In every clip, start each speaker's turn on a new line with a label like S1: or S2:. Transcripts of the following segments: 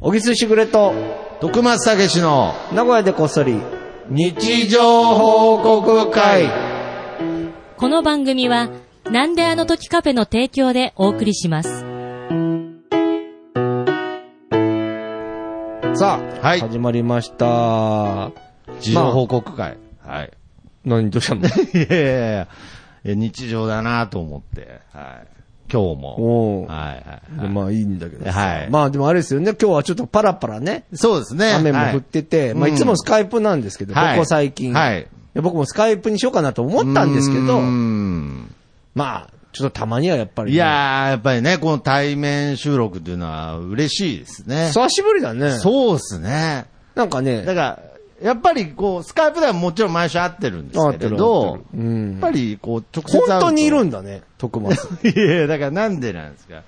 S1: 小木すしぐれと、
S2: 徳松たけしの
S1: 名古屋でこっそり、
S2: 日常報告会。
S3: この番組は、なんであの時カフェの提供でお送りします。
S1: さあ、
S2: はい
S1: 始まりました。
S2: 日常報告会。はい。
S1: 何、どうしたの
S2: いやいやいやいや、日常だなと思って。はい。今日
S1: お
S2: も。
S1: う
S2: はい
S1: で
S2: はい。
S1: まあいいんだけどさ
S2: はい
S1: まあでもあれですよね、今日はちょっとパラパラね、
S2: そうですね。
S1: 雨も降ってて、
S2: はい
S1: まあいつ
S2: う
S1: も
S2: ん
S1: スカイプなんですけど、
S2: はい
S1: ここ最近、
S2: はい
S1: で僕もスカイプにしようかなと思ったんですけど、
S2: うん
S1: まあ、ちょっとたまにはやっぱり、
S2: いやー、やっぱりね、この対面収録っていうのは嬉しいですね。
S1: 久しぶりだね。
S2: そうですね。
S1: なんかね
S2: だ、から、やっぱりこう、スカイプではもちろん毎週会ってるんですけ
S1: 会っ
S2: れど
S1: てる会って、るうん
S2: やっぱりこう、直接会
S1: 本
S2: うと
S1: 当にいるんだね、徳松。
S2: いやいや、だからなんでなんですか。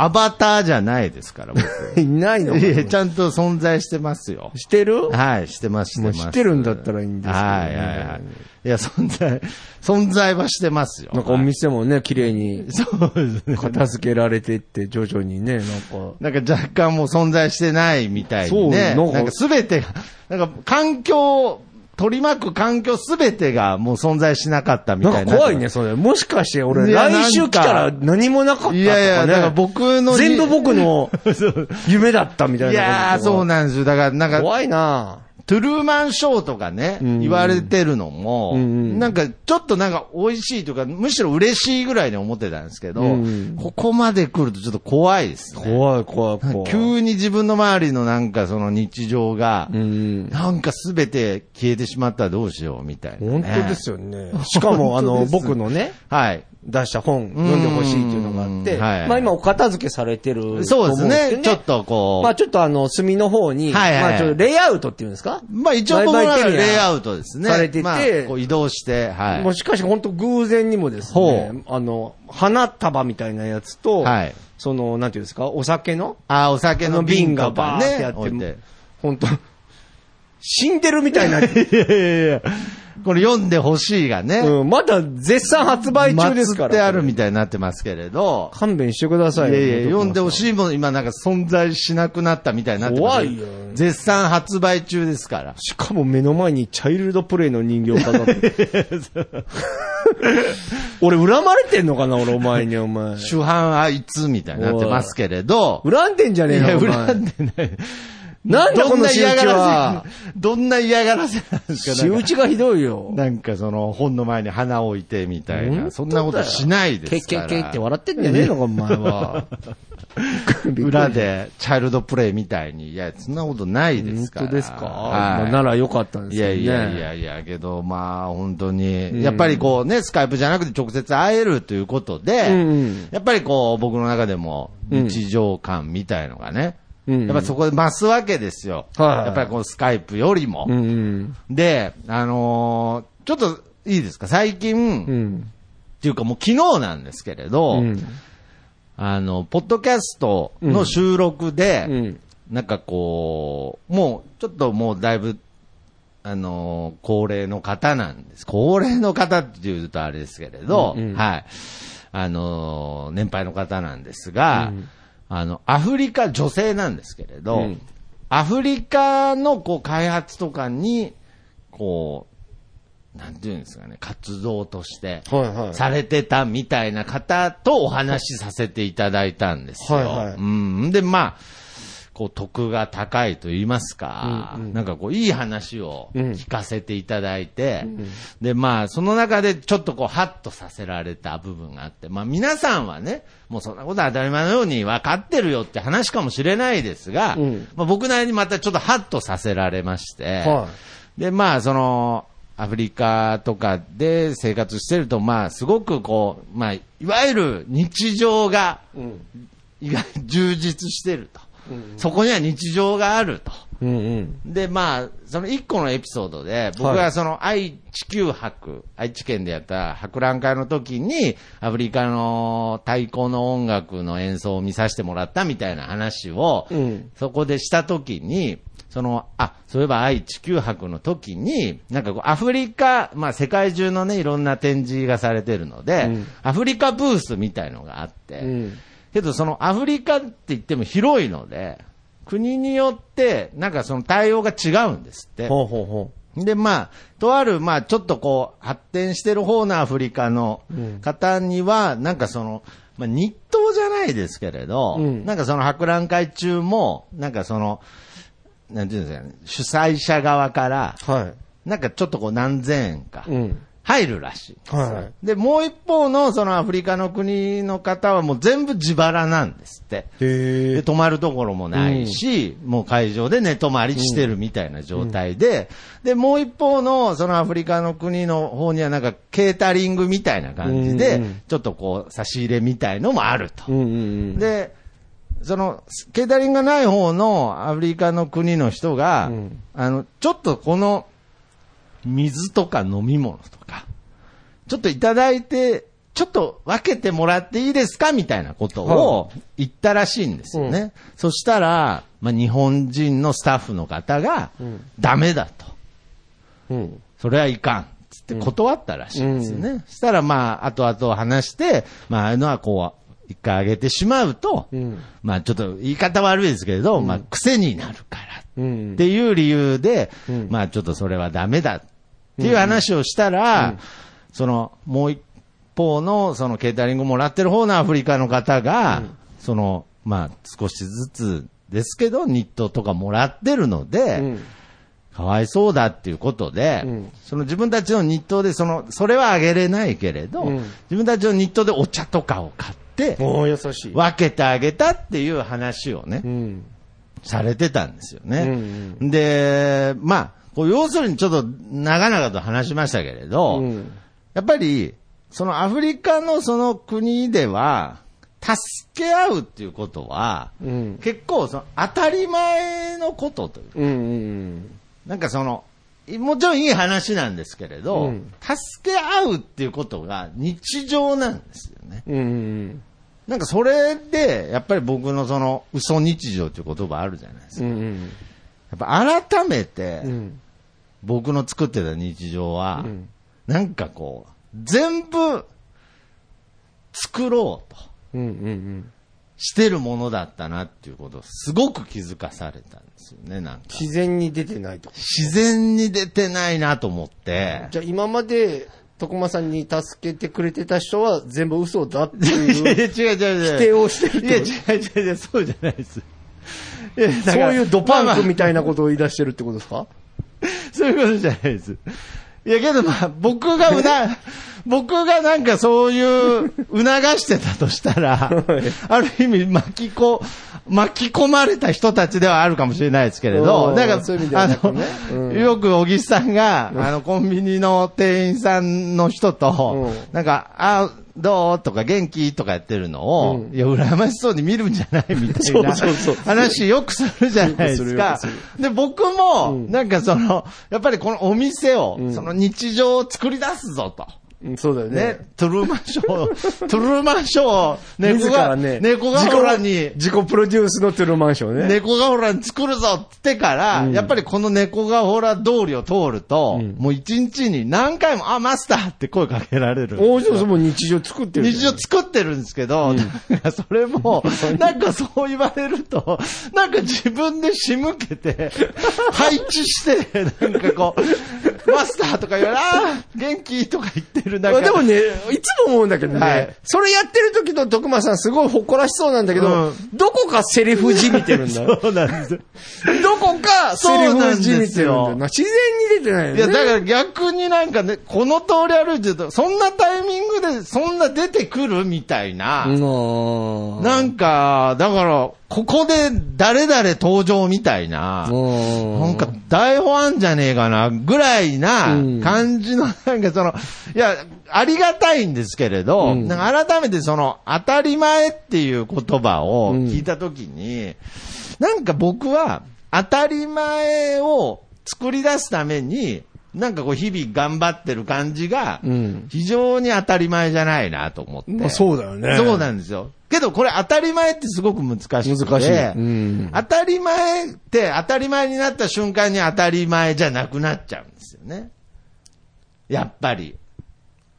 S2: アバターじゃないですから、僕。
S1: いないの
S2: いやいやちゃんと存在してますよ。
S1: してる
S2: はい、してます、して
S1: も
S2: ま
S1: う
S2: す。
S1: 知ってるんだったらいいんですけどね
S2: はい、はい、はい。いや、存在、存在はしてますよ。
S1: なんかお
S2: はい
S1: 店もね、綺麗に
S2: そうです ね。
S1: 片付けられてって、徐々にね、なんか。
S2: なんか若干もう存在してないみたいにね。
S1: そうな
S2: なんん
S1: か
S2: かすべてが、なんか環境、取り巻く環境すべてがもう存在しなかったみた
S1: ないん
S2: な。
S1: か怖いね、それ。もしかして俺、
S2: いや
S1: 来週来たら何もなかったとか、ね。
S2: いやいや、だから僕のに。
S1: 全部僕 の夢だったみたい
S2: い
S1: な。
S2: やー、そう
S1: な。
S2: なんですよ。だから、なんか、
S1: 怖いな
S2: トゥルーマンショーとかね、言われてるのも、
S1: うんうん
S2: なんかちょっとなんか美味しいというか、むしろ嬉しいぐらいに思ってたんですけど、
S1: うんうん
S2: ここまで来るとちょっと怖いですね。
S1: 怖い怖い怖い。
S2: 急に自分の周りのなんかその日常が、
S1: うん。
S2: なんかすべて消えてしまったらどうしようみたいな、
S1: 本当ですよね。しかも、あの、僕のね、
S2: はい。
S1: 出した本、読んでほしいっていうのがあって、
S2: うんはい
S1: まあ今お片付けされてると思うん
S2: そうです
S1: けど
S2: ね。ちょっとこう。
S1: まあちょっとあの、隅の方に、
S2: はいはいはい
S1: まあちょっとレイアウトっていうんですか
S2: まあ一応僕の中でレイア
S1: ウ
S2: ウトですね。
S1: されてて
S2: まあ、こう移動して、はい。
S1: もしかし本当偶然にもですね、あの、花束みたいなやつと、
S2: はい
S1: その、なんていうんですか、お酒の、
S2: あ、お酒の瓶が
S1: あの
S2: バー
S1: 瓶がバーってや
S2: ね
S1: っ、て
S2: 置いて。
S1: 本当死んでるみたいな、
S2: いやいやいやこれ読んでほしいがね。
S1: うん、まだ絶賛発売中ですから。
S2: 祭ってあるみたいになってますけれど。
S1: 勘弁してくだ
S2: い
S1: さ
S2: や
S1: い
S2: い
S1: よ
S2: や、読んでほ
S1: い。
S2: しいもの、今なんか存在しなくなったみたいになってます
S1: 怖いよ
S2: 絶賛発売中ですから。
S1: しかも目の前にチャイルドプレイの人形飾って。 俺恨まれてんのかな俺お前にお前。
S2: 主犯あいつみたいになってますけれど。
S1: 恨んでんじゃ
S2: い
S1: ねえ
S2: や、
S1: よ。お前
S2: 恨んでない。
S1: なんだ
S2: ど
S1: こ
S2: ん
S1: の
S2: な
S1: 仕
S2: 嫌
S1: 打ち
S2: が
S1: は
S2: ら。せ、どんな嫌がらせなんですか
S1: 仕打ちがひどいよ。
S2: なんかその本の前に花を置いてみたいな、そんなことしないですから。
S1: けっけっけって笑ってんじゃねえのか、お前は。
S2: 裏でチャイルドプレイみたいに、いや、そんなことないで
S1: 本
S2: すから。
S1: 当ですか、
S2: はい
S1: まあなら良かったんで
S2: い
S1: すけど
S2: や
S1: ね。
S2: いやいやいや、けど、まあ、本当に、やっぱりこうね、スカイプじゃなくて直接会えるということで、
S1: うんうん
S2: やっぱりこう、僕の中でも、日常感みたいのがね、
S1: うんうん
S2: やっぱそこで増すわけですよ。
S1: はい
S2: やっぱりこう、スカイプよりも。
S1: うんうん。
S2: で、あのーちょっと、いいですか、最近、
S1: う
S2: っ
S1: ん。
S2: ていうかもう昨日なんですけれど、
S1: うん
S2: あの、ポッドキャストの収録で、
S1: うん
S2: なんかこう、もう、ちょっともうだいぶ、あのー高齢の方なんです。高齢の方って言うとあれですけれど、
S1: うんうん
S2: はい。あのー年配の方なんですが、あの、アフリカ、女性なんですけれど、
S1: うん
S2: アフリカのこう開発とかに、こう、なんていうんですかね、活動として、
S1: はいはい。
S2: されてたみたいな方とお話しさせていただいたんですよ。
S1: はいはい
S2: うん。で、まあ、こう、得が高いと言いますか、なんかこう、いい話を聞かせていただいて、で、まあ、その中でちょっとこう、ハッとさせられた部分があって、まあ、皆さんはね、もうそんなことは当たり前のように分かってるよって話かもしれないですが、
S1: うん
S2: まあ、僕なりにまたちょっとハッとさせられまして、
S1: は
S2: で、まあ、その、アフリカとかで生活してると、まあ、すごくこう、まあ、いわゆる日常が、意外、充実してると。そこには日常があると。
S1: うんうん。
S2: で、まあ、その一個のエピソードで、僕
S1: は
S2: はいその愛地球博、愛知県でやった博覧会の時に、アフリカの太鼓の音楽の演奏を見させてもらったみたいな話を、
S1: うん
S2: そこでした時に、その、あ、そういえば愛地球博の時に、なんかこう、アフリカ、まあ世界中のね、いろんな展示がされてるので、
S1: うん
S2: アフリカブースみたいのがあって、
S1: うん
S2: けどそのアフリカって言っても広いので、国によって、なんかその対応が違うんですって。
S1: ほうほうほ
S2: で、まあ、とある、まあ、ちょっとこう、発展してる方のアフリカの方には、なんかその、まあ、日当じゃないですけれど、
S1: うん
S2: なんかその博覧会中も、なんかその、なんていうんですかね、主催者側から、
S1: う。は
S2: なんかちょっとこう何千円か
S1: い。、うん。
S2: 入るらしいんですよ。
S1: は
S2: で、もう一方のそのアフリカの国の方はもう全部自腹なんですって。
S1: い。へ
S2: で、泊まるところもないし、もう会場で寝泊まりしてるみたいな状態で、で、もう一方の、そのアフリカの国の方にはなんか、ケータリングみたいな感じ
S1: う
S2: で
S1: んうん、
S2: ちょっとこう、差し入れみたいのもある
S1: う
S2: と。
S1: んうんうん。
S2: で、その、ケータリングがない方のアフリカの国の人が、
S1: うん
S2: あの、ちょっとこの、水とか飲み物とか、ちょっといただいて、ちょっと分けてもらっていいですかみたいなことを言ったらしいんですよ
S1: う
S2: ね。そしたら、まあ、日本人のスタッフの方が、
S1: うん
S2: ダメだと。
S1: うん。
S2: それはいかん。つって断ったらしいんですよね。そしたら、まあ、後々話して、まあ、ああいうのはこう、一回あげてしまうと、
S1: うん
S2: まあ、ちょっと言い方悪いですけれど、まあ、癖になるから。
S1: うん。
S2: っていう理由で、
S1: うん
S2: まあちょっとそれはダメだっていう話をしたら、そのもう一方のそのケータリングもらってる方のアフリカの方が、そのまあ少しずつですけど、ニットとかもらってるので、
S1: うん
S2: かわいそうだっていうことで、
S1: うん
S2: その自分たちの日当でその、それはあげれないけれど、
S1: うん
S2: 自分たちの日当でお茶とかを買って、
S1: おー、優しい。
S2: 分けてあげたっていう話をね、
S1: うん。
S2: されてたんですよね。
S1: う
S2: で、まあ、こう要するにちょっと長々と話しましたけれど、
S1: うん
S2: やっぱり、そのアフリカのその国では、助け合うっていうことは、
S1: うん。
S2: 結構その当たり前のことという
S1: うんうん
S2: なんかその、いもちろんいい話なんですけれ
S1: う
S2: ど、
S1: ん
S2: 助け合うっていうことが日常なんですよね。
S1: うん。うんうん
S2: なんかそれで、やっぱり僕のその、嘘日常っていう言葉あるじゃないですか
S1: うん。うん
S2: やっぱ改めて、
S1: うん。
S2: 僕の作ってた日常は、
S1: うん
S2: なんかこう、全部作ろうと
S1: うんうん。
S2: してるものだったなっていうことをすごく気づかされたんですよね、なんか。
S1: 自然に出てないと。
S2: 自然に出てないなと思って。
S1: じゃあ今まで、徳間さんに助けてくれてた人は全部嘘だって
S2: いや
S1: い
S2: いうや違う違う違
S1: 否
S2: う。
S1: 定をしてるっ
S2: いや
S1: て
S2: 違
S1: こ
S2: う違う違う、そうじゃないです。いやだ
S1: と。
S2: か
S1: そ
S2: ら
S1: ういうドパンクみ
S2: まあ
S1: たいなことを言い出してるってことですか
S2: まあ そういうことじゃないです。いやけどまあ、僕がうな、 僕がなんかそういう、促してたとしたら、ある意味巻きこ、巻き込まれた人たちではあるかもしれないですけれ
S1: おー
S2: ど、なんか、
S1: そういう意味では
S2: あ
S1: なく
S2: の、
S1: ねうん
S2: よく小木さんが、あの、コンビニの店員さんの人
S1: う
S2: と、
S1: ん
S2: なんか、あ、どうとか元気とかやってるのを、
S1: うん
S2: いや、羨ましそうに見るんじゃないみたいな
S1: そうそうそう
S2: 話よくするじゃないです
S1: よく
S2: か
S1: するよ。
S2: で、僕も、なんかその、やっぱりこのお店を、
S1: ん
S2: その日常を作り出すぞと。
S1: うんそうだよね
S2: ね。、トゥルーマンショー、 トゥルーマンショー、猫
S1: 自
S2: が、
S1: らね、
S2: 猫が
S1: 自己
S2: ほらに、
S1: 自己プロデュースのトゥルーマンションね。
S2: 猫がほらに作るぞってから、やっぱりこの猫がほら通りを通ると、もう一日に何回も、あ、マスターって声かけられる。
S1: おーでもそれもう日常作ってる。
S2: 日常作ってるんですけど、なん かそれも、なんかそう言われると、なんか自分で仕向けて、配置して、なんかこう、マスターとか言われ、あー元気とか言ってる中
S1: あでもね、いつも思うんだけどね、
S2: はい
S1: それやってる時の徳間さんすごい誇らしそうなんだけど、
S2: うん
S1: どこかセリフじみてるんだよ。
S2: そうなんですよ。
S1: どこかセリフじみてるんだ
S2: そうな
S1: よ
S2: ん
S1: な。自然に出てないよ
S2: い
S1: ね。
S2: や、だから逆になんかね、この通り歩いてると、そんなタイミングで、そんな出てくるみたいな。
S1: うん
S2: なんか、だから、ここで誰々登場みたいな。
S1: うん
S2: なんか台本あんじゃねえかな、ぐらいな
S1: うん
S2: 感じの、なんかその、いや、ありがたいんですけれど、
S1: うん
S2: なんか改めてその、当たり前っていう言葉を聞いたときに、なんか僕は、当たり前を作り出すために、なんかこう日々頑張ってる感じが
S1: うん、
S2: 非常に当たり前じゃないなと思って。
S1: まあそうだよね。
S2: そうなんですよ。けどこれ当たり前ってすごく難しくて。
S1: 難しいうん
S2: 当たり前って当たり前になった瞬間に当たり前じゃなくなっちゃうんですよね。やっぱり。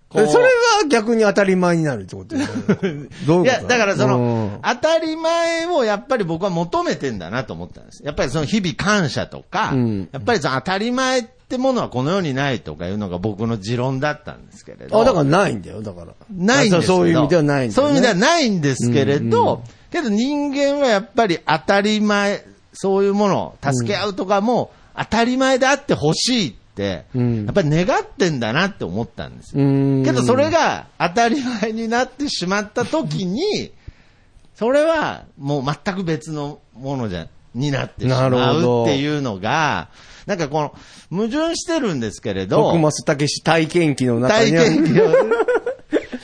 S2: こう
S1: それが逆に当たり前になるってことだよね どう
S2: い
S1: いうこと
S2: や、だからその、
S1: うん
S2: 当たり前をやっぱり僕は求めてんだなと思ったんです。やっぱりその日々感謝とか、
S1: うん
S2: やっぱりその当たり前ってものはこの世にないとかいうのが僕の持論だったんですけれど。
S1: あ、だからないんだよ、だから。
S2: ないんですけど
S1: そういう意味ではないんだ
S2: そう
S1: よ、ね。
S2: いう意味ではないんですけれど、けど人間はやっぱり当たり前、そういうもの、助け合うとかも当たり前であってほしいって、
S1: うん
S2: やっぱり願ってんだなって思ったんですよ。
S1: うん
S2: けどそれが当たり前になってしまった時に、それはもう全く別のものじゃ、になってしま
S1: なるほど
S2: うっていうのが、なんかこの、矛盾してるんですけれど、
S1: 徳松武史体験記の中
S2: 体
S1: には
S2: 験記の、だから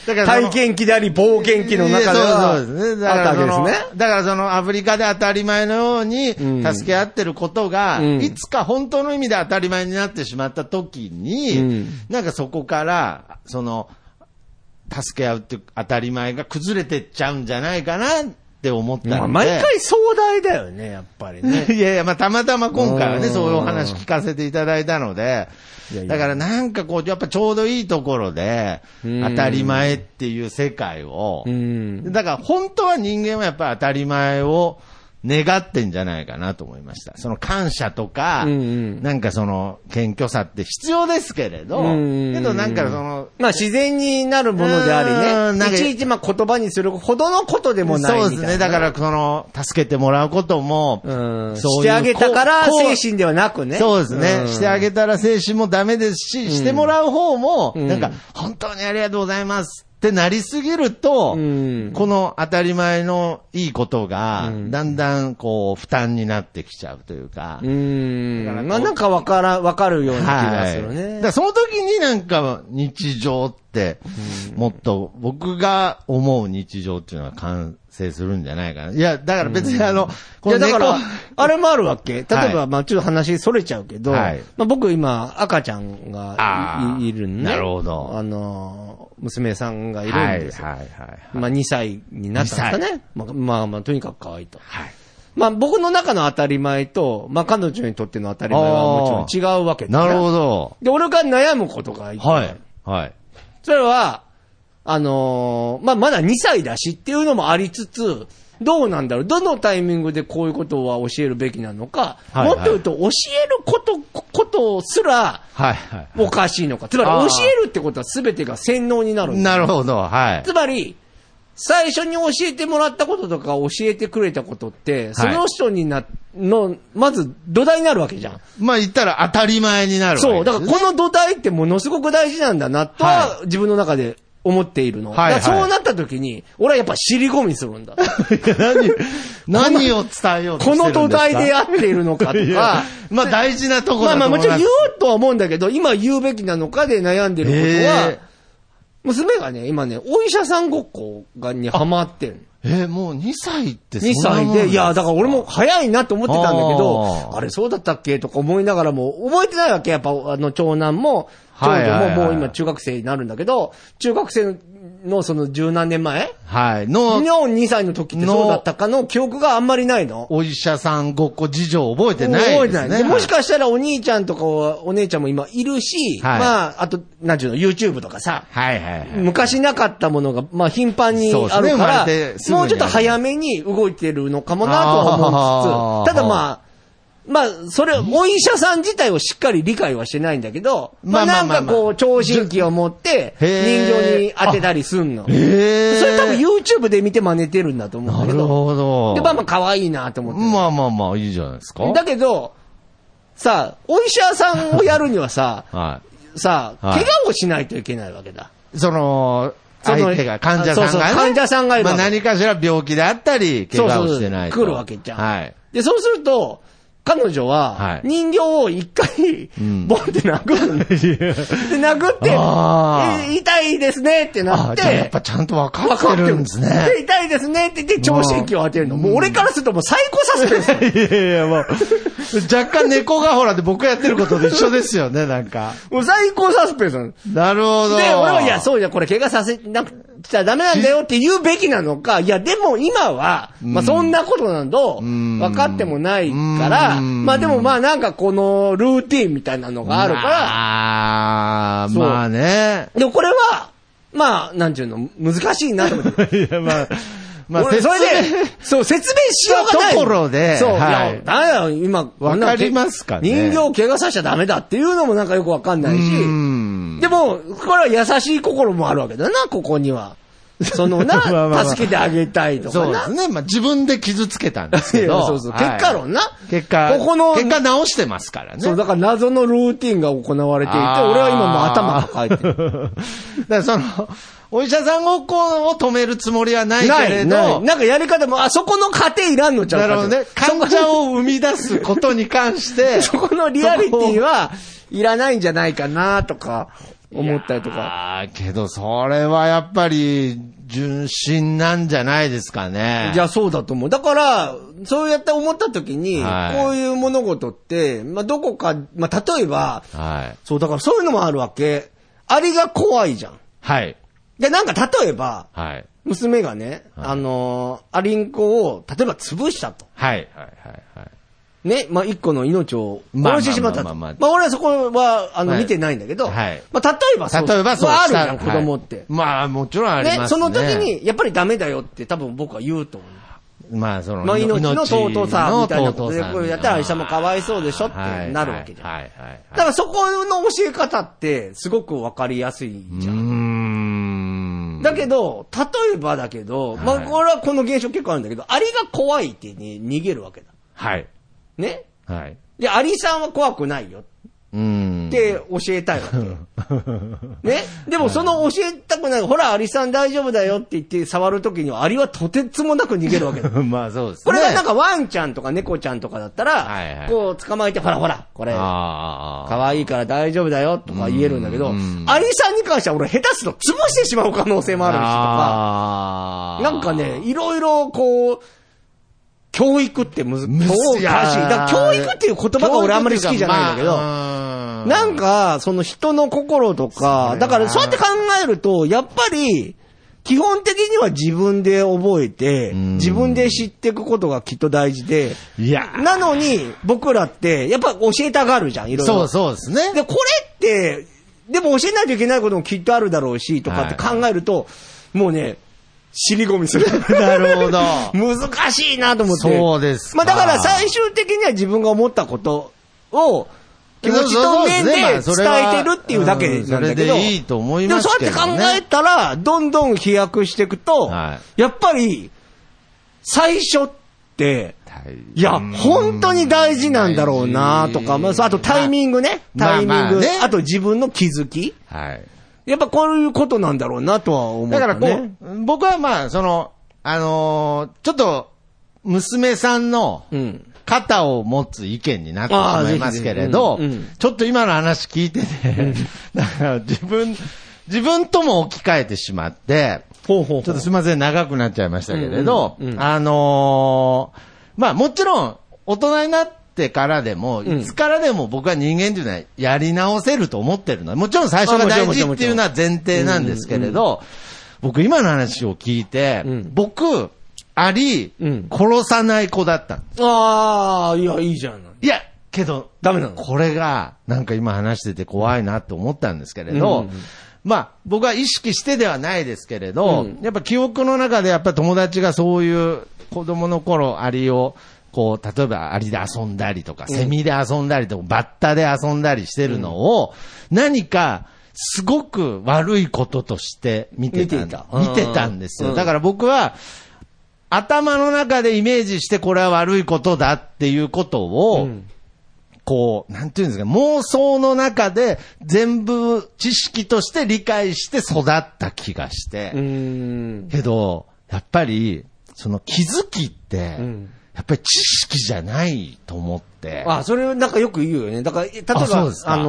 S2: その
S1: 体験記であり、冒険記の中では、
S2: そうそうですね。だ
S1: あ
S2: か
S1: った
S2: らそ
S1: わ
S2: の
S1: けですね。
S2: だからそのアフリカで当たり前のように
S1: ん
S2: 助け合ってることが、
S1: うん
S2: いつか本当の意味で当たり前になってしまった時に、
S1: うん
S2: なんかそこから、その、助け合うっていう当たり前が崩れてっちゃうんじゃないかなって思ったんで。
S1: まあ、毎回壮大だよね、やっぱりね。
S2: いやいや、まあ、たまたま今回はね、
S1: うん
S2: そういうお話聞かせていただいたので
S1: いやい、や
S2: だからなんかこう、やっぱちょうどいいところで、
S1: うん
S2: 当たり前っていう世界を
S1: う、ん。
S2: だから本当は人間はやっぱり当たり前を願ってんじゃないかなと思いました。その感謝とか、
S1: うんうん
S2: なんかその謙虚さって必要ですけれど、
S1: うん
S2: けどなんかその、
S1: まあ自然になるものであ
S2: う
S1: り
S2: ん
S1: ね
S2: な。んか
S1: いちいちまあ言葉にするほどのことでもないみた
S2: そ
S1: いうな。
S2: ですね。だからその、助けてもらうことも、
S1: うん。
S2: そういう
S1: してあげたから
S2: こうこ
S1: 精
S2: う
S1: 神ではなくね。
S2: そうですね。
S1: ん
S2: してあげたら精神もダメですし、してもらう方も、
S1: うん
S2: なんか、本当にありがとうございますってなりすぎると、
S1: うん
S2: この当たり前のいいことが、
S1: うん
S2: だんだんこう、負担になってきちゃうというか、
S1: うん。
S2: だからこう
S1: まあなんかわから、わかるような気がする
S2: だ
S1: ね
S2: か。らその時になんか日常って、もっと僕が思う日常っていうのは完成するんじゃないかな。いや、だから別にあの、
S1: いやだから
S2: 猫、
S1: あれもあるわけ。例え
S2: は
S1: ば、
S2: い
S1: まあちょっと話それちゃうけど、
S2: はい
S1: まあ僕今赤ちゃんが
S2: あー
S1: いいるんね。
S2: なるほど
S1: あの、娘さんがいる
S2: は
S1: ん
S2: い
S1: ですよ。
S2: はいはい。
S1: まあ2歳になったんですかね。まあまあまあとにかく可愛いと。
S2: はい。
S1: まあ僕の中の当たり前と、まあ彼女にとっての当たり前はもちろん違うわけだ
S2: なる
S1: ど。
S2: ほど。
S1: で、俺が悩むことがいっぱいあ
S2: は
S1: る
S2: い。はい。
S1: それは、あのーまあ、まだ2歳だしっていうのもありつつ、どうなんだろうどのタイミングでこういうことは教えるべきなのか、
S2: はいはい
S1: もっと言うと教えること、ことすら
S2: はいはい。
S1: おかしいのか。つまり
S2: あ
S1: 教
S2: ー
S1: えるってことは全てが洗脳になるんだ
S2: なるほど、はい。
S1: つまり、最初に教えてもらったこととか教えてくれたことって、その人にな、の、まず土台になるわけじゃん。
S2: まあ言ったら当たり前になるわけ
S1: そう。だからこの土台ってものすごく大事なんだなとは
S2: は
S1: 自分の中で思っているの。
S2: はいは
S1: だ
S2: い
S1: からそうなった時に、俺はやっぱ尻込みするん だ。
S2: 何、何を伝えようとして
S1: こ
S2: るん
S1: の土
S2: ですか
S1: 台で合っているのかと
S2: い
S1: か
S2: や、まあ大事なところ
S1: まあ
S2: だ
S1: まあも
S2: と思いま
S1: ちろん
S2: す。
S1: 言おうとは思うんだけど、今言うべきなのかで悩んでることは、
S2: えー
S1: 娘がね、今ね、お医者さんごっこがにハマってる。
S2: えー、もう2歳ってそ
S1: 2
S2: んな
S1: 歳
S2: もんなん
S1: で、いや、だから俺も早いなと思ってたんだけ
S2: あ
S1: ど、
S2: ー
S1: あれそうだったっけとか思いながらも、覚えてないわけ、やっぱ、あの、長男も、長
S2: はいはいはい
S1: 女ももう今中学生になるんだけど、中学生のその十何年前
S2: はい。の、
S1: の2歳の時ってそうだったかの記憶があんまりないの。
S2: お医者さんごっこ事情覚えてないです、ね。
S1: 覚えてない。でもしかしたらお兄ちゃんとかはお姉ちゃんも今いるし、
S2: はい
S1: まあ、あと、なんちゅうの、YouTube とかさ、
S2: はいはいはい。
S1: 昔なかったものが、まあ、頻繁に
S2: そうです
S1: あ
S2: ね
S1: るか
S2: 生
S1: ら、
S2: まれてすぐに
S1: もうちょっと早めに動いてるのかもなとは思いつつ、
S2: あー
S1: ただまあ、まあ、それ、お医者さん自体をしっかり理解はしてないんだけど、ま
S2: ま
S1: あ
S2: あま
S1: な
S2: あ
S1: ん
S2: まあま
S1: か
S2: あ
S1: こう、聴診器を持って、人
S2: へー
S1: 形に当てたりすんの。そ
S2: え
S1: れ
S2: ー、
S1: 多分 YouTube で見て真似てるんだと思うんだ
S2: な
S1: け
S2: る
S1: ど、
S2: ほど。
S1: で、まあまあ可愛いなと思ってる。
S2: まあまあまあ、いいじゃないですか。、
S1: だけど、さあ、お医者さんをやるにはさ
S2: は
S1: さあ、
S2: はい
S1: 怪我をしないといけないわけだ。
S2: い。その、
S1: その
S2: 相手が、患者さんが、ね。
S1: そうそう患者さんがいる
S2: ま
S1: わ
S2: あ
S1: け
S2: 何かしら病気であったり、怪我をしてないと。
S1: そうそう来るわけじゃん。
S2: はい。
S1: で、そうすると、彼女
S2: は、
S1: はい人形を一回、
S2: ん
S1: ボンって殴るん だよ。で、殴
S2: あ
S1: って、
S2: ー
S1: え痛いですねってな
S2: あ
S1: っ、
S2: じゃあやってぱちゃんと分かってるんですね。
S1: で、痛いですねって言って、聴診器を当てるの。もう俺からするともう最高サス ペンス。
S2: いやいやいや、もう、若干猫がほらで僕やってることと一緒ですよね、なんか。
S1: もう最高サスペンスなの。で、
S2: なるほど。
S1: 俺は、いや、そうじゃ、これ怪我させなくちゃダメなんだよって言うべきなのか、いや、でも今は、まあそんなことなど、
S2: ん
S1: 分かってもないから、
S2: うん
S1: まあでもまあなんかこのルーティンみたいなのがあるから、
S2: あー、
S1: そう
S2: まあね。
S1: でもこれは、まあ、なんちゅうの、難しいなと思って。
S2: いや、まあ、 まあ
S1: 俺それ
S2: 説明
S1: で、そう、説明しようがない。
S2: ところで
S1: そう、
S2: はい
S1: いや、なんやろ今、
S2: わかりますかね
S1: 人形を怪我させちゃダメだっていうのもなんかよくわかんないし、
S2: うん
S1: でも、これは優しい心もあるわけだな、ここには。そのな、
S2: まあまあまあ
S1: 助けてあげたいとか
S2: そうで
S1: な。
S2: すね。まあ自分で傷つけたんですけ
S1: い
S2: ど。
S1: や そうそう
S2: はい
S1: 結果論な
S2: 結果、
S1: ここの
S2: 結果直してますからね。
S1: そう、だから謎のルーティンが行われていて、俺
S2: あー
S1: は今もう頭抱えてる。
S2: だからその、お医者さんごっこを止めるつもりはない
S1: な
S2: けれ
S1: い、ない。
S2: ど、
S1: なんかやり方も、あそこの過程いらんのちゃう
S2: な
S1: か
S2: るほどね。患者を生み出すことに関 して、
S1: そこのリアリティはいらないんじゃないかなとか思ったりとか。
S2: ああ、けどそれはやっぱり、純真なんじゃないですかね。
S1: じゃあそうだと思う。だから、そうやって思った時に、
S2: はい
S1: こういう物事って、まあどこか、まあ例えば、
S2: はい。
S1: そうだからそういうのもあるわけ。アリが怖いじゃん。
S2: はい。
S1: で、なんか例えば、
S2: はい。
S1: 娘がね、
S2: はい
S1: あのーアリンコを、例えば潰したと。
S2: はい。はい。はい。はい。
S1: ね、まあ、一個の命を
S2: まあ
S1: 殺してしまったと。
S2: まあ
S1: ま
S2: まあまあ
S1: あ、俺はそこは、あの、
S2: はい
S1: 見てないんだけど、
S2: はい
S1: まあ、例えばそう、
S2: 例えばそう
S1: まあ、ある
S2: し
S1: じ
S2: た
S1: ゃん、子供って。
S2: はいまあ、もちろんありますね。
S1: ね、その時に、やっぱりダメだよって多分僕は言うと思う。
S2: まあ、その、
S1: まあ、命の尊さみたいなことで、
S2: 尊さ
S1: これやったら医者もかわいそうでしょってなるわけじゃん。
S2: はいはいはいはい
S1: だからそこの教え方って、すごくわかりやすいじゃ
S2: うー
S1: ん。
S2: ん
S1: だけど、例えばだけど、まあ、
S2: はい
S1: これはこの現象結構あるんだけど、アリが怖いってね、逃げるわけだ。
S2: はい。
S1: ね
S2: はい。
S1: で、アリさんは怖くないよ
S2: うーん。
S1: って教えたいわけ。ねでもその教えたくない、ほら、アリさん大丈夫だよって言って触るときには、アリはとてつもなく逃げるわけだ。
S2: まあそうですね。
S1: これがなんかワンちゃんとか猫ちゃんとかだった
S2: はいは
S1: ら
S2: い、
S1: こう捕まえて、ほらほら、これ、可
S2: ああ。
S1: 愛いから大丈夫だよとか言えるんだけど、
S2: う
S1: ア
S2: ん
S1: リさんに関しては俺下手すると潰してしまう可能性もあるしとか、
S2: ああ。
S1: なんかね、、いろいろこう、教育って難しい。
S2: むずい
S1: だから教育っていう言葉が俺あんまり好きじゃないんだけど、
S2: ど
S1: なん、か、その人の心とか、
S2: そう
S1: だ
S2: だな
S1: からそうやって考えると、やっぱり、基本的には自分で覚えて、
S2: ん
S1: 自分で知っていくことがきっと大事で、
S2: いや、
S1: なのに、僕らって、やっぱ教えたがるじゃん、いろいろ。
S2: そうそうです
S1: で、
S2: ね。
S1: これって、でも教えないといけないこともきっとあるだろうし、とかって
S2: はい
S1: 考えると、もうね、尻込みする。
S2: なるほど。
S1: 難しいなと思って。
S2: そうですか
S1: まあだから最終的には自分が思ったことを、気持ちと面で伝
S2: そうそうそうですねまあ
S1: えてるっていうだけなんだけど。
S2: うんそれでいいと思いますけどね
S1: でもそうやって考えたら、どんどん飛躍していくと、
S2: は
S1: やっぱり、最初って、いや、本当に大事なんだろうなとか、まあ、そうあとタイミングね。
S2: まあ
S1: タイミング。
S2: まあまあね
S1: あと自分の気づき。
S2: グ。はい。
S1: やっぱこういうことなんだろうなとは思った、
S2: だ
S1: ね。
S2: からこう、僕はまあ、その、あのーちょっと、娘さんの
S1: う、ん。
S2: 肩を持つ意見になってし
S1: あー
S2: まいますけれど
S1: ぜひぜひうんうん、
S2: ちょっと今の話聞いてね、 だから自分、自分とも置き換えてしまって、
S1: ほうほう
S2: ちょっとすみません、長くなっちゃいましたけれど、
S1: うんうんうん
S2: あのーまあもちろん、大人になってからでも、
S1: ん
S2: いつからでも僕は人間というのはやり直せると思ってるのは、もちろん最初が大事っていうのは前提なんですけれど、僕今の話を聞いて、
S1: ん
S2: 僕、あり、
S1: うん
S2: 殺さない子だったんです。
S1: ああ、いや、いいじゃない。
S2: いや、けど、
S1: ダメなの
S2: これが、なんか今話してて怖いなって思ったんですけれ
S1: う
S2: ど、
S1: ん
S2: まあ、僕は意識してではないですけれど、
S1: うん
S2: やっぱ記憶の中でやっぱ友達がそういう子供の頃、アリを、こう、例えばアリで遊んだりとか、セミで遊んだりとか、バッタで遊んだりしてるのを、何か、すごく悪いこととして見てたん
S1: 見ていた
S2: 見てたんです
S1: う
S2: よ。
S1: ん
S2: だから僕は、頭の中でイメージしてこれは悪いことだっていうことを、こう、なんていうんですか、妄想の中で全部知識として理解して育った気がして。
S1: うーん。
S2: けど、やっぱり、その気づきって、
S1: ん
S2: やっぱり知識じゃないと思って。
S1: あ、それなんかよく言うよね。だから、え例えば、
S2: あそう
S1: あ
S2: ですか
S1: の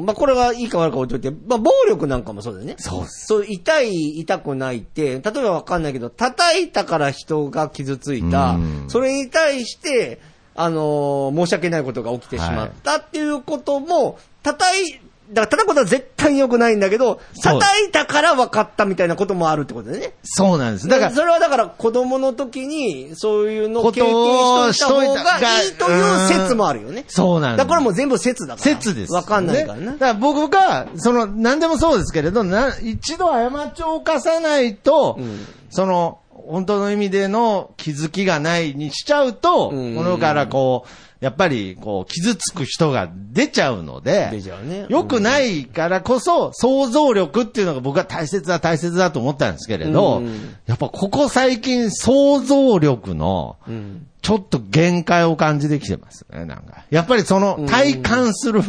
S1: ーまあ、これはいいか悪いか置いといて、まあ、暴力なんかもそうだよね。
S2: そうで
S1: そう、痛い、痛くないって、例えばわかんないけど、叩いたから人が傷ついた
S2: うん、
S1: それに対して、あのー申し訳ないことが起きてしまったっていうことも、叩い、だから叩くことは絶対良くないんだけど、
S2: そう
S1: 叩いたから分かったみたいなこともあるってことだよね。
S2: そうなんです。だから、
S1: それはだから子供の時にそういうのを経験しといた方がいいという説もあるよね。
S2: そうなん
S1: だ
S2: です。
S1: からもう全部説だから。
S2: 説です、
S1: わかんないから
S2: ね
S1: な
S2: だ。から僕が、その、何でもそうですけれど、な一度過ちを犯さないと、
S1: うん
S2: その、本当の意味での気づきがないにしちゃうと、こ
S1: うん
S2: のからこう、やっぱりこう、傷つく人が出ちゃうので、
S1: 出ちゃうね
S2: 良くないからこそ、想像力っていうのが僕は大切だ大切だと思ったんですけれど、
S1: うん
S2: やっぱここ最近想像力の、
S1: うん。
S2: ちょっと限界を感じてきてますね、なんか。やっぱりその体感する、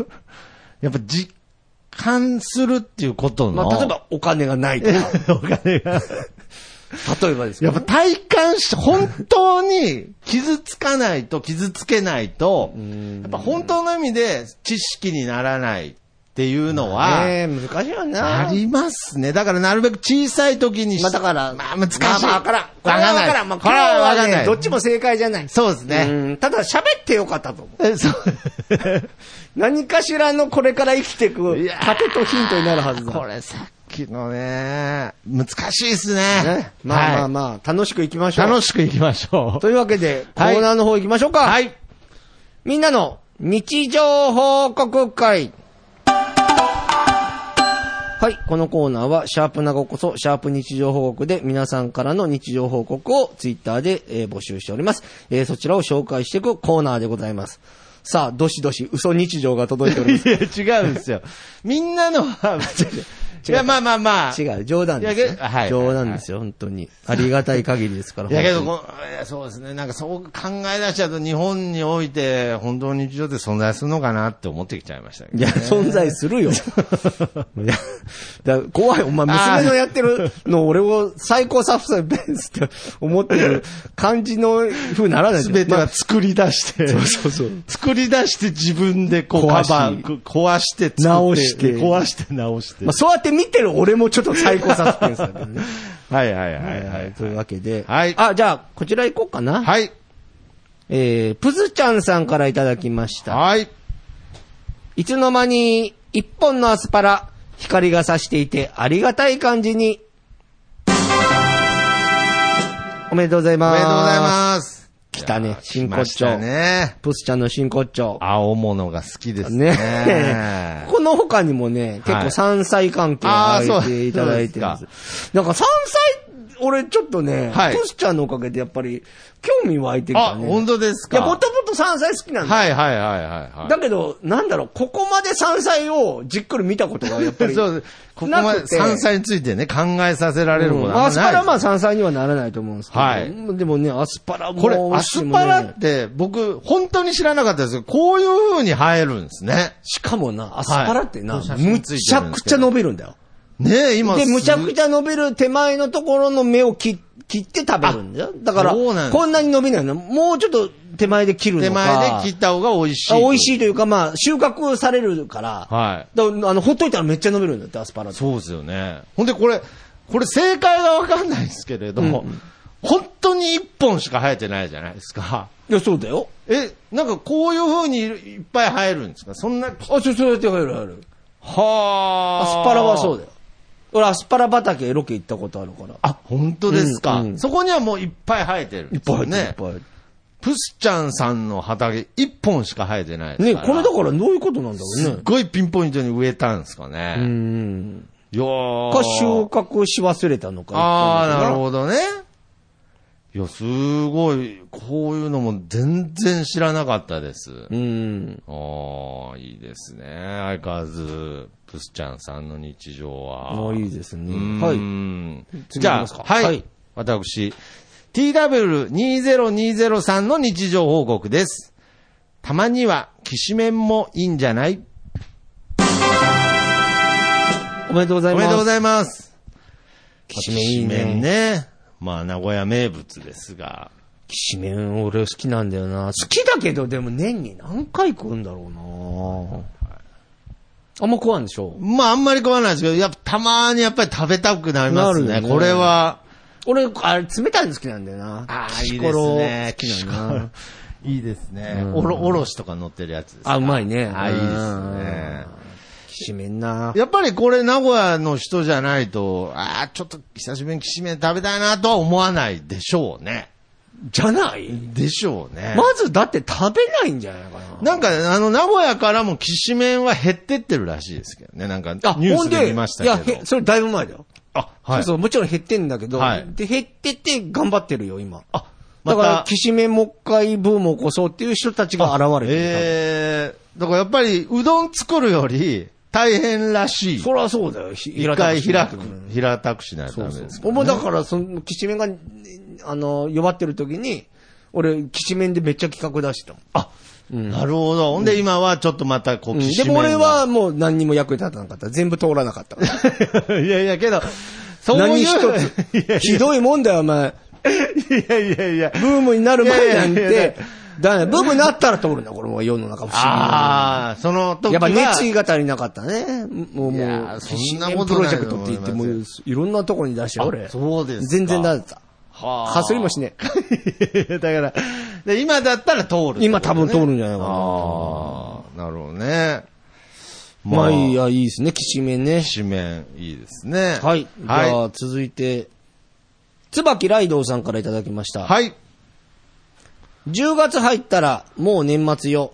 S2: やっぱ実感するっていうことの。
S1: まあ、例えばお金がないとか、
S2: お金が。
S1: 例えばですけ
S2: や
S1: ど
S2: っぱ体感し、本当に傷つかないと傷つけないと、やっぱ本当の意味で知識にならないっていうのは、
S1: ねえ難しいよな。
S2: ありますね。だからなるべく小さい時にし
S1: まあだから、
S2: まあ難しい。
S1: まあまあわからん。これは
S2: わ
S1: わ
S2: か
S1: かららん。まあ、
S2: これは
S1: 今
S2: わかん
S1: 日は
S2: な
S1: ね
S2: い。
S1: どっちも正解じゃない。
S2: そうですね。
S1: うんただ喋ってよかったと思う。
S2: えそう。
S1: 何かしらのこれから生きていく
S2: いやー
S1: 糧とヒントになるはずだ。
S2: これさっきのね、難しいですね。
S1: ね。まあまあ
S2: はい
S1: まあ、楽しく行きましょう。
S2: 楽しくいきましょう。
S1: というわけで、コ
S2: はい
S1: ーナーの方行きましょうか。
S2: はい。
S1: みんなの日常報告会。はい。このコーナーは、シャープなごこそ、シャープ日常報告で、皆さんからの日常報告をツイッターで、えー募集しております。えーそちらを紹介していくコーナーでございます。さあ、どしどし嘘日常が届いておりま
S2: いや、違うんですよ。みんな のは、いや、まあまあまあ。
S1: す。違う、冗談です
S2: いや
S1: よ
S2: け。はい
S1: 冗談ですよ、本当に。ありがたい限りですから。
S2: いやけど
S1: 本
S2: このいやそうですね。なんかそう考え出しちゃうと日本において本当に日常って存在するのかなって思ってきちゃいましたけ
S1: 当に
S2: ど
S1: いや、存在するよ。 いやだから怖い、お前、
S2: あー
S1: 娘のやってるの、俺を最高サフサベンスって思ってる感じの風にならないじゃん
S2: 全てが作り出して、
S1: そうそう。
S2: 作り出して自分でこう
S1: 壊
S2: カ
S1: し
S2: バー、こ壊して作って
S1: 直して
S2: 壊して直して。
S1: まあ、そうやって見てる俺もちょっと最高サスペンスだけどね。
S2: はいはいは
S1: はいい
S2: は
S1: はいい。。というわけで。
S2: はい
S1: あ、じゃあ、こちら行こうかな。
S2: はい。
S1: えー、プズちゃんさんからいただきました。
S2: はい。
S1: いつの間に、一本のアスパラ、光が差していて、ありがたい感じに。おめでとうござい
S2: お
S1: ます。
S2: めでとうございます。
S1: 来たね
S2: いやー
S1: 真
S2: 来
S1: 骨頂
S2: ましたね。
S1: プスちゃんの真骨頂。
S2: 青物が好きですね。
S1: ね この他にもね、結
S2: は
S1: 構
S2: い
S1: 山菜関係を
S2: あー
S1: 挙げ
S2: そう
S1: ていただいてま
S2: そ
S1: す
S2: う。
S1: なんか山菜、俺ちょっとね、
S2: はい
S1: プスちゃんのおかげでやっぱり興味湧いてき
S2: あ、
S1: たね。
S2: 本当です
S1: い
S2: か
S1: や、もともと山菜好きなんだよ。
S2: はいはいはいはいはい。
S1: だけど、なんだろう、ここまで山菜をじっくり見たことがやっぱり。
S2: そう、ここま
S1: な
S2: で
S1: くて
S2: 山菜についてね、考えさせられること
S1: うん
S2: はあ
S1: ア
S2: ん
S1: ス
S2: ま
S1: パ
S2: な
S1: ラ
S2: い
S1: はまあ山菜にはならないと思うんですけど。
S2: はい
S1: でもね、アスパラも
S2: これ、
S1: 美
S2: ア
S1: 味しい
S2: ス
S1: もん
S2: パ
S1: ね
S2: ラって、僕、本当に知らなかったですけど、こういう風に生えるんですね。
S1: しかもな、アスパラってな、
S2: はい
S1: むちゃくちゃ伸びるんだよ。
S2: ねえ、今
S1: で、
S2: す
S1: むちゃくちゃ伸びる手前のところの芽を切切って食べるんだよ。だから、
S2: そうなんだ
S1: こんなに伸びないの。もうちょっと手前で切るのか。
S2: 手前で切った方が美味しい。
S1: あ美味しいというか、まあ、収穫されるから、
S2: はい
S1: だからあの、ほっといたらめっちゃ伸びるんだって、アスパラって。
S2: そうですよね。ほんでこれ、これ正解がわかんないですけれども、本当に一本しか生えてないじゃないですか。
S1: いや、そうだよ。
S2: え、なんかこういう風にいっぱい生えるんですかそんな、は
S1: あ、そう、そうやって入る、入る。
S2: あ
S1: アスパラはそうだよ。
S2: よ。
S1: 俺、アスパラ畑ロケ行ったことあるから。
S2: あ、本当ですか、
S1: うんうん
S2: そこにはもういっぱい生えてるんですよね。
S1: いっぱい入って
S2: プスちゃんさんの畑、一本しか生えてないで
S1: る。ね、
S2: すから。
S1: これだからどういうことなんだ
S2: す
S1: ろ
S2: っ
S1: うね。
S2: ごいピンポイントに植えたんですか
S1: う
S2: ね。
S1: ん。
S2: いやー
S1: か、収穫し忘れたのか。
S2: ああ、なる
S1: ど。
S2: ほどね。いや、すごい、こういうのも全然知らなかったです。
S1: うん。
S2: ああ、いいですね。相変わらず、プスちゃんさんの日常は。
S1: ああ、いいです
S2: うーん
S1: ね。はい。次行き
S2: じゃあ、
S1: ますか
S2: はい。
S1: はい
S2: 私、TW2020 さんの日常報告です。たまには、きしめんもいいんじゃない
S1: おめでとうござい
S2: お
S1: ま
S2: め
S1: す。
S2: でとうございます。
S1: きしめんいい
S2: きしめ
S1: ね。
S2: んね。まあ、名古屋名物ですが。
S1: きしめん、俺好きなんだよな。好きだけど、でも年に何回食うんだろうな。あんま食わんでしょ
S2: まあ、あんまり食わないですけど、やっぱたまにやっぱり食べたくなります
S1: な
S2: ね。
S1: るね
S2: これは。
S1: 俺、あれ、冷たいの好きなんだよな。
S2: いい
S1: こ
S2: で
S1: ろ
S2: す
S1: 好
S2: ね。
S1: きなんだよな。
S2: いいですね。おろ、おろしとか乗ってるやつです。
S1: あ、うまいね。
S2: あ、いいですね
S1: うん。。きしめんな。
S2: やっぱりこれ名古屋の人じゃないと、ああ、ちょっと久しぶりにきしめん食べたいなとは思わないでしょうね。
S1: じゃない
S2: でしょうね。
S1: まずだって食べないんじゃないかな。
S2: なんか、あの、名古屋からもきしめんは減ってってるらしいですけどね。なんか、ニュースで見ましたけど。
S1: いや、へそれだいぶ前だよ。
S2: あ、はい。
S1: そう、もちろん減ってんだけど、
S2: はい
S1: で、減ってって頑張ってるよ、今。
S2: あ、
S1: だ
S2: ま
S1: から
S2: た、、
S1: きしめんもっかいブームを起こそうっていう人たちが現れてる。
S2: えー、だからやっぱり、うどん作るより、大変らしい。
S1: そりゃそうだよ、ひ
S2: 一回
S1: 平
S2: 開
S1: 田
S2: く
S1: 君、
S2: 平たくしないとダメですからね
S1: 俺もだから、その、きしめんが、あの、弱ってる時に、俺、きしめんでめっちゃ企画出したもん。
S2: あ、なるほど。ほんで今はちょっとまたこう、きし
S1: で
S2: めん
S1: も
S2: が
S1: 俺、はもう何にも役に立たなかった。全部通らなかったから。
S2: いやいやけど、そういう。
S1: 何一つ。ひどいもんだよ、お前。
S2: いやいやいや。
S1: ブームになる前なん
S2: いやいやいや
S1: て。だね、ブームになったら通るんだ、これもう世の中不思議な。
S2: ああ、その時は。
S1: やっぱ熱意が足りなかったね。もう、
S2: いや
S1: もう、
S2: そんなこと
S1: プロ
S2: ない
S1: ジェクトって言って、もういろんなとこに出して、
S2: あ
S1: 俺。
S2: そうですか
S1: 全然出せた。
S2: はあ
S1: かすりもしねえ。
S2: だから、で今だったら通る、
S1: 今多分通るんじゃないかな
S2: ああ、なるほどね。
S1: まあいいや、いいですね、きしめんね。
S2: 紙面、いいですね。
S1: はい。じゃ
S2: は
S1: あ、続いて、椿ライドウさんからいただきました。
S2: い。はい。
S1: 10月入ったら、もう年末よ。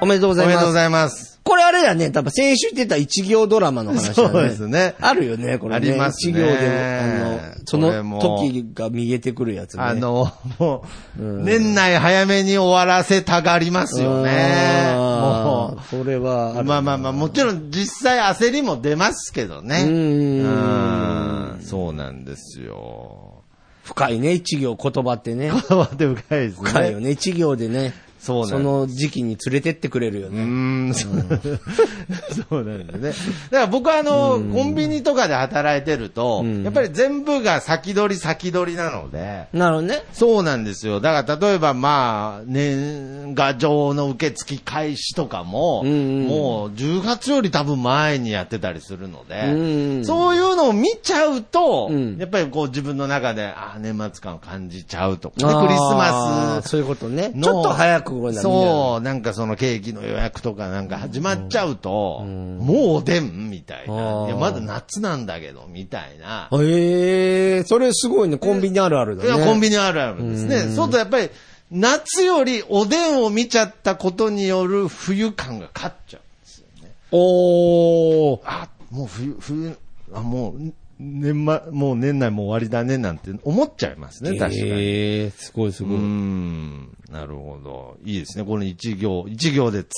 S1: おめでとうご
S2: おめ
S1: ざい
S2: で
S1: ま
S2: とう
S1: す。
S2: ございます。
S1: これあれだね、多分先週言ってた一行ドラマの話だね。
S2: そうですね
S1: あるよね、これね。
S2: ありますね
S1: 一行で、あの、そ
S2: これ
S1: の
S2: も
S1: 時が見えてくるやつね。
S2: あの、もう、年内早めに終わらせたがりますよね。
S1: あ
S2: も
S1: ー、これは
S2: う。
S1: る
S2: まあまあまあ、もちろん実際焦りも出ますけどね。
S1: うー
S2: うん。そうなんですよ。
S1: 深いね、一行言葉ってね。
S2: 言葉で 深いですね。
S1: 深いよね、一行でね。
S2: そうなんです
S1: の時期に連れてってくれるよ
S2: う
S1: ね。
S2: ーん、そう そうなんですね。だから僕はあの、コンビニとかで働いてると、やっぱり全部が先取り先取りなので、
S1: なるほどね。
S2: そうなんですよ。だから例えばまあ、年賀状の受付開始とかも、
S1: うんうん
S2: もう10月より多分前にやってたりするので、
S1: うんうん
S2: そういうのを見ちゃうと、
S1: うん
S2: やっぱりこう自分の中で、あー年末感を感じちゃうとか、
S1: あー
S2: ね、クリスマス
S1: そういうことね。
S2: の
S1: ちょっと早くこれ
S2: そう、なんかそのケーキの予約とかなんか始まっちゃうと、もうおでんみたい
S1: あー
S2: な。いや、まだ夏なんだけど、みたいな。
S1: う。へえー、それすごいね。コンビニあるあるだ
S2: い
S1: ね。
S2: や、コンビニあるあるですね。そうするとやっぱり、夏よりおでんを見ちゃったことによる冬感が勝っちゃうんですよね。
S1: おー。
S2: あ、もう冬、冬、あ、もう、年末、もう年内もう終わりだね、なんて思っちゃいますね、確かに。
S1: えー、すごいすご
S2: う
S1: い。
S2: ーん、なるほど。いいですね。この一行、一行でつ、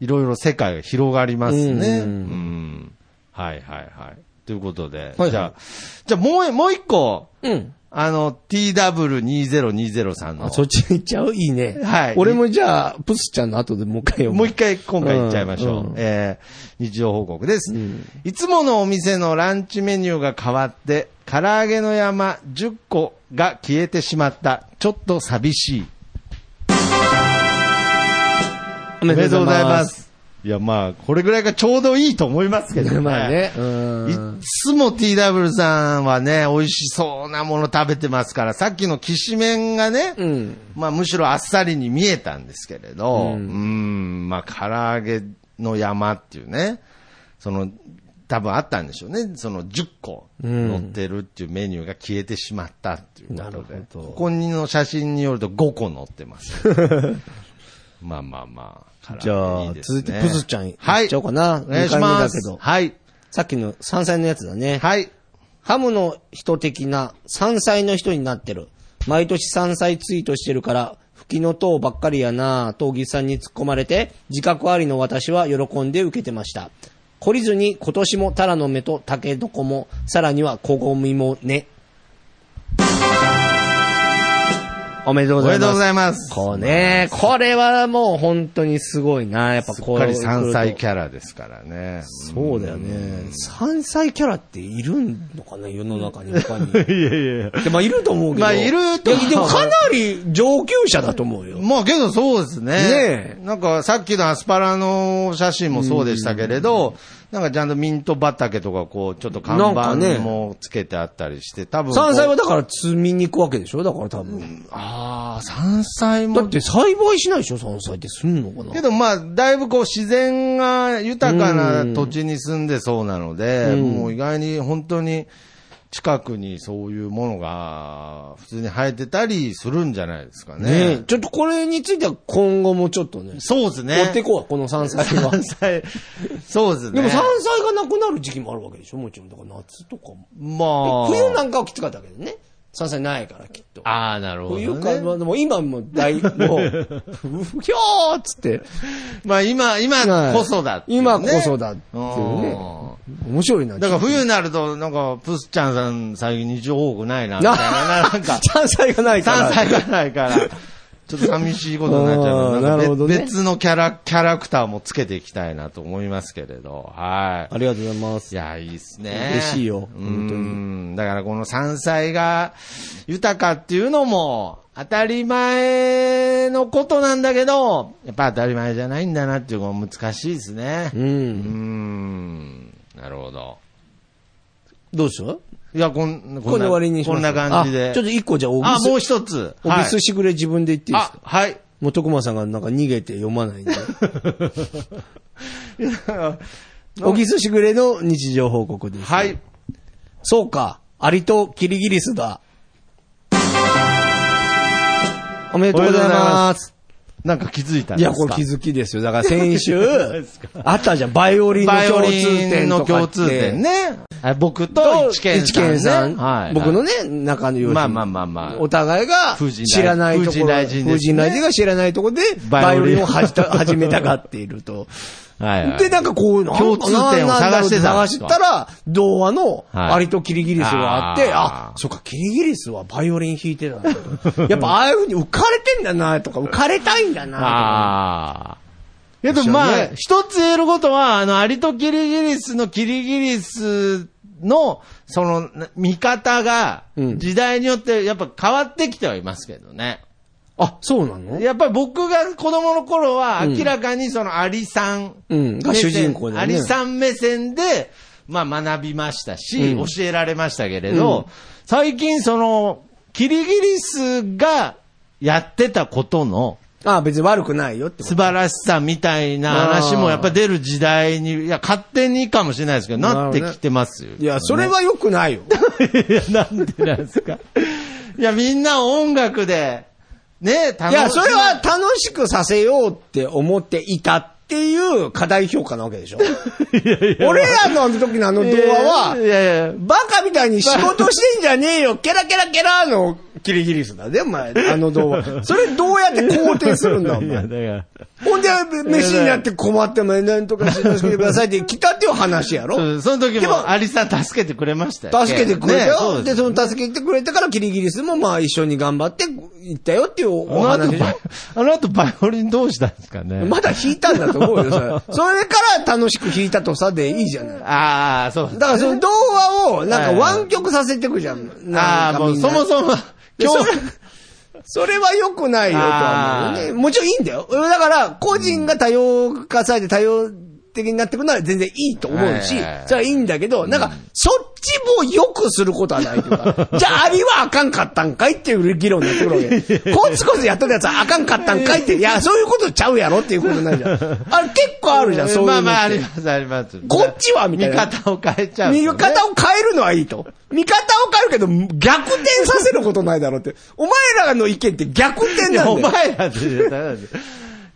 S2: いろいろ世界が広がりますね。
S1: う
S2: うんん。はいはいはい。ということで、
S1: はい
S2: じゃあ、じゃあもう、もう一個、
S1: うん。
S2: あの、TW2020 さんの
S1: あ、、そっち行っちゃういいね。
S2: はい
S1: 俺もじゃあ、プスちゃんの後でもう一回読む。
S2: もう一回今回行っちゃいましょう。
S1: うんうん
S2: えー日常報告です、いつものお店のランチメニューが変わって、唐揚げの山10個が消えてしまった。ちょっと寂しい。
S1: お
S2: おめでとうございま。す。いや、まあ、これぐらいがちょうどいいと思い ますけどね。
S1: まあね。う
S2: いっ
S1: ん。
S2: つも TW さんはね、美味しそうなもの食べてますから、さっきのきしめんがね、
S1: うん。
S2: まあむしろあっさりに見えたんですけれど、
S1: う
S2: うんん、んまあ唐揚げの山っていうね、その、多分あったんでしょうね。その10個
S1: うん
S2: 乗ってるっていうメニューが消えてしまったっていうこと
S1: な
S2: で。
S1: るほど
S2: ここにの写真によると5個乗って ます。まあまあまあ。
S1: じゃあ
S2: 唐揚げですね
S1: 続いてプズちゃん行っちゃおうかな
S2: はい、お願いしま
S1: 二回目だけど
S2: す。はい。
S1: さっきの山菜のやつだね。
S2: はい。
S1: ハムの人的な山菜の人になってる。毎年山菜ツイートしてるから、吹きの塔ばっかりやなぁと小木さんに突っ込まれて、自覚ありの私は喜んで受けてました。懲りずに今年もタラの芽とタケノコも、さらには小ゴミもね。おめでとう
S2: お
S1: ご
S2: め
S1: ざ
S2: で
S1: います。
S2: とうございます。
S1: こうね、これはもう本当にすごいなやっぱ
S2: す
S1: こ
S2: っ
S1: う
S2: かり山菜キャラですからね。
S1: そうだよね。山菜キャラっているのかな世の中に他 に。
S2: いやいや
S1: でまあ、いると思うけど。
S2: まあいると
S1: いやでも、かなり上級者だと思うよ。
S2: まあけどそうですね。
S1: ねえ
S2: なんかさっきのアスパラの写真もそうでしたけれど、なんかちゃんとミント畑とかこう、ちょっと看
S1: な
S2: 板
S1: んかね
S2: もつけてあったりして、多分こう。
S1: 山菜はだから摘みに行くわけでしょだから多分。
S2: ああ、山菜
S1: だ
S2: も
S1: っ。て栽培しないでしょ山菜ってすんのかな
S2: けどまあ、だいぶこう自然が豊かな土地に住んでそうなので、もう意外に本当に、近くにそういうものが普通に生えてたりするんじゃないですか
S1: ねえ
S2: ね。
S1: ちょっとこれについては今後もちょっとね、
S2: そうですね。
S1: 追っていこうわこの山菜 は。
S2: 山菜そうです
S1: で
S2: ね。
S1: も山菜がなくなる時期もあるわけでしょもちろん。だから夏とかも。
S2: まあ。
S1: 冬なんかはきつかったけどね。山菜ないからきっと。
S2: ああ、なるほ
S1: 冬
S2: ど、
S1: か、
S2: ね。
S1: まあでも今も大、もう、 ふひょーっつって、
S2: まあ今、今こそだっていうね、
S1: 今こそだっていうね。
S2: うん
S1: 面白いな。
S2: だから冬になると、なんか、プスちゃんさん最近日常報告ないな、みたいな。なん か、
S1: 山菜がないから。
S2: 山菜がないから、ちょっと寂しいことになっちゃう
S1: あー
S2: からんか
S1: なるほどね
S2: べ別のキャラ、キャラクターもつけていきたいなと思いますけれど、はい。
S1: ありがとうございます
S2: い。や、いいっすね。
S1: 嬉しいよ本当に
S2: に。だからこの山菜が豊かっていうのも、当たり前のことなんだけど、やっぱ当たり前じゃないんだなっていうのが難しいですね。
S1: う。
S2: うんん。なるほど。
S1: どうした
S2: いや、こん、
S1: これで終わりにし
S2: こ
S1: ま
S2: ん
S1: しょ
S2: な
S1: う
S2: 感じで。
S1: あちょっと一個じゃあ、お
S2: あ、もう
S1: びす、
S2: 一つ。
S1: おびすしぐれ自分で言っていいですか
S2: あ、はい。
S1: もう徳間さんがなんか逃げて読ま ないんで。 おぎすしぐれの日常報告です。
S2: はい。
S1: そうか。アリとキリギリスだ。おめでとうございます。
S2: なんか気づいたん
S1: い
S2: で
S1: や、
S2: すか
S1: これ気づきですよ。だから先 週
S2: すか、
S1: あったじゃん。バイオリンの
S2: バイオ
S1: 共
S2: リ
S1: 通
S2: ン
S1: 点
S2: の
S1: とか
S2: 共
S1: って
S2: 通点ね。あ僕と
S1: と、
S2: 一見
S1: 一見さん、
S2: はい。
S1: 僕のね、中の友人。
S2: まあまあまあまあ
S1: お互いが
S2: 風神雷
S1: 知らないところ、
S2: 風神雷神ですね
S1: 雷神が知らないところで、バ
S2: バ
S1: イ
S2: イ
S1: オ
S2: オ
S1: リ
S2: リ
S1: ン
S2: ン
S1: を始めた 始めたがっていると。
S2: はいはい。
S1: で、なんかこう、なん
S2: 共通点を探してたん
S1: 探
S2: です
S1: し
S2: か
S1: たら、童話の
S2: はい
S1: アリとキリギリスがあって、あ
S2: あー
S1: そっか、キリギリスはバイオリン弾いてたんだと。 やっぱああいうふうに浮かれてんだなとか、浮かれたいんだな
S2: ああ。えっと、ま
S1: です
S2: あ
S1: よね、
S2: 一つ言えることは、あの、アリとキリギリスのキリギリスの、その、な見方が、
S1: うん
S2: 時代によってやっぱ変わってきてはいますけどね。
S1: と。あ、そうなの
S2: やっぱり僕が子供の頃は、明らかにそのアリさん
S1: うんが
S2: 目
S1: 主
S2: 線
S1: 人公だよね
S2: アリさん目線で、まあ学びましたし、
S1: うん
S2: 教えられましたけれ
S1: うん
S2: ど、最近その、キリギリスがやってたことの、
S1: あ別に悪くないよってこと
S2: 素晴らしさみたいな話もやっぱ出る時代に、いや、勝手にかもしれないですけど、なってきてますよ。
S1: いや、それは良くないよ。
S2: いや、なんでなんですか。 いや、みんな音楽で、ね、楽し
S1: いや、それは楽しくさせようって思っていたっていう過大評価なわけでし ょ。俺らのあの時のあの動画
S2: い
S1: は、
S2: やいやいや
S1: バカみた いに仕事してんじゃねえよ、ケラケラケラのキリギリスだね、お前、あの動画。それどうやって肯定するんだ、お
S2: いや、
S1: 前
S2: だ。から、
S1: ほんで、飯になって困っても、なんとかして助けてくださいって来たっていう話やろ。
S2: そうその
S1: で
S2: 時
S1: も
S2: も、アリさん助けてくれましたよね
S1: 助けてくれたよ。
S2: ね
S1: で、
S2: そう
S1: その助けてくれたから、キリギリスもまあ一緒に頑張って行ったよっていうお
S2: あの
S1: 話
S2: 後
S1: でしょ
S2: バイ、あの後バイオリンどうしたんですかね。
S1: まだ弾いたんだと思うよ、それ。 それから楽しく弾いたとさでいいじゃない。
S2: ああ、そうです
S1: だからその動画を、なんか湾曲させてくじゃん。
S2: ああ、もうそも
S1: も。
S2: そも、
S1: で
S2: 今
S1: それ
S2: 日、
S1: それは良くないよとは思うよね。もちろんいいんだよ。だから、個人が多様化されて多様的になってくるなら全然いいと思うし
S2: はいはいは、い
S1: それはいいんだけど、なんか、そっちも良くすることはないという か、じゃあありはあかんかったんかいっていう議論になってくるわ け。コツコツやっとるやつはあかんかったんかいって、いや、そういうことちゃうやろっていうことになるじゃん。あれ結構あるじゃん、そういうのっ
S2: まあ
S1: て。
S2: まあ、あります、あります。
S1: こっちはみたいな
S2: 見方を変えちゃう、
S1: 見方を変えるのはいいと。見方を変えるけど、逆転させることないだろうって。お前らの意見って逆転
S2: い
S1: な
S2: や、
S1: ん
S2: お
S1: だよ。
S2: 前らで、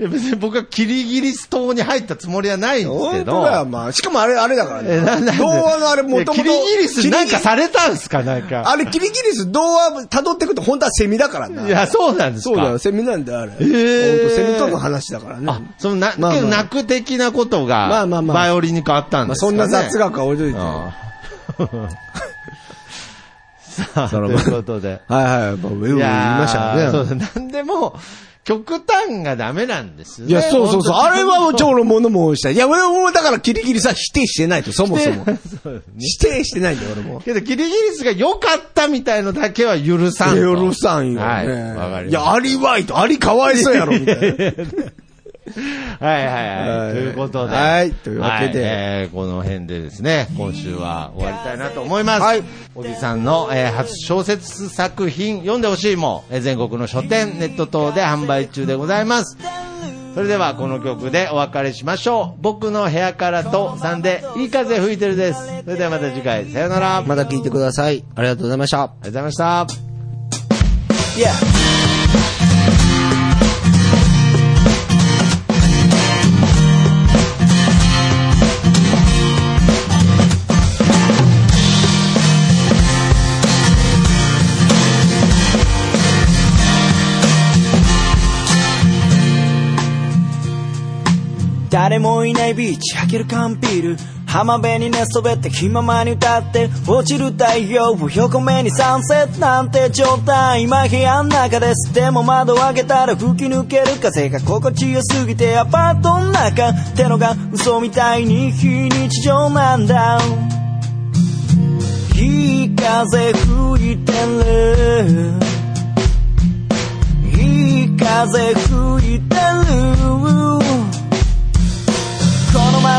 S2: いや別に僕はキリギリス島に入ったつもりはないんですけ
S1: 本
S2: ど。
S1: 当だよ、まあ。しかもあれ、あれだからね。
S2: えなんなん
S1: 童話のあれ、もともと。
S2: いやキリギリスなん
S1: キリ
S2: か
S1: ギリ
S2: されたんすかなんか。
S1: あれ、キリギリス童話辿っていくと本当はセミだからな。
S2: いや、そうなんです
S1: そ
S2: か。
S1: うだよ、セミなんだよ、あれ。え
S2: ー
S1: 本当セミとの話だからね。
S2: あ、そのな、
S1: まあまあ
S2: けど泣く的なことが、
S1: まあまあまあ
S2: バイオリンに変わったん
S1: まあ、
S2: ですか
S1: そん
S2: ね。
S1: な雑学は置いといて。
S2: あ あ。さあ、
S1: そ
S2: と
S1: の
S2: いうことで。
S1: はいはい、まあ、ウェブ言いました
S2: いやーそ
S1: ね。
S2: うだなんでも、極端がダメなんですね。
S1: いや、そうそうそう。
S2: 本
S1: あ
S2: 当に
S1: れはもう超のものも多いしいや、俺もだからキリギリスは否定してないと、そもそ も。否定してないんだよ、俺も。
S2: けど、キリギリスが良かったみたいのだけは許さんと。
S1: 許さんよ、ね。、
S2: はいい。わかりました
S1: や、アリはいと、アリかわいそうやろ、みたいな。
S2: はいはいはい。
S1: はい
S2: ということで。
S1: はいというわけで
S2: はいえーこの辺でですね、今週は終わりたいなと思います。
S1: はい
S2: おじさんの、えー初小説作品、読んでほしいもん、えー全国の書店、ネット等で販売中でございます。それではこの曲でお別れしましょう。僕の部屋からとさんでいい風吹いてるです。それではまた次回、さよなら。ありが
S1: また聞いてください。ありがとうございました。
S2: とうございました。
S4: Yeah.「誰もいないビーチ開ける缶ビール」「浜辺に寝そべって気ままに歌って」「落ちる太陽を横目にサンセットなんて状態」「今部屋の中です」「でも窓を開けたら吹き抜ける風が心地よすぎて」「アパートの中ってのが嘘みたいに非日常なんだ」「いい風吹いてる」「いい風吹いてる」このま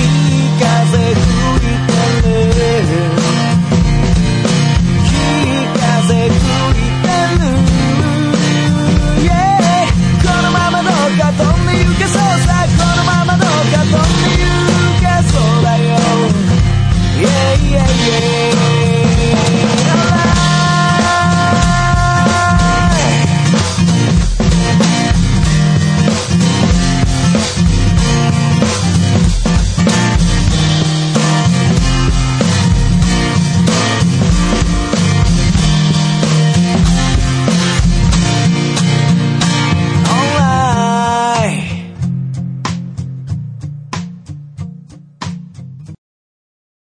S4: いい風吹いてる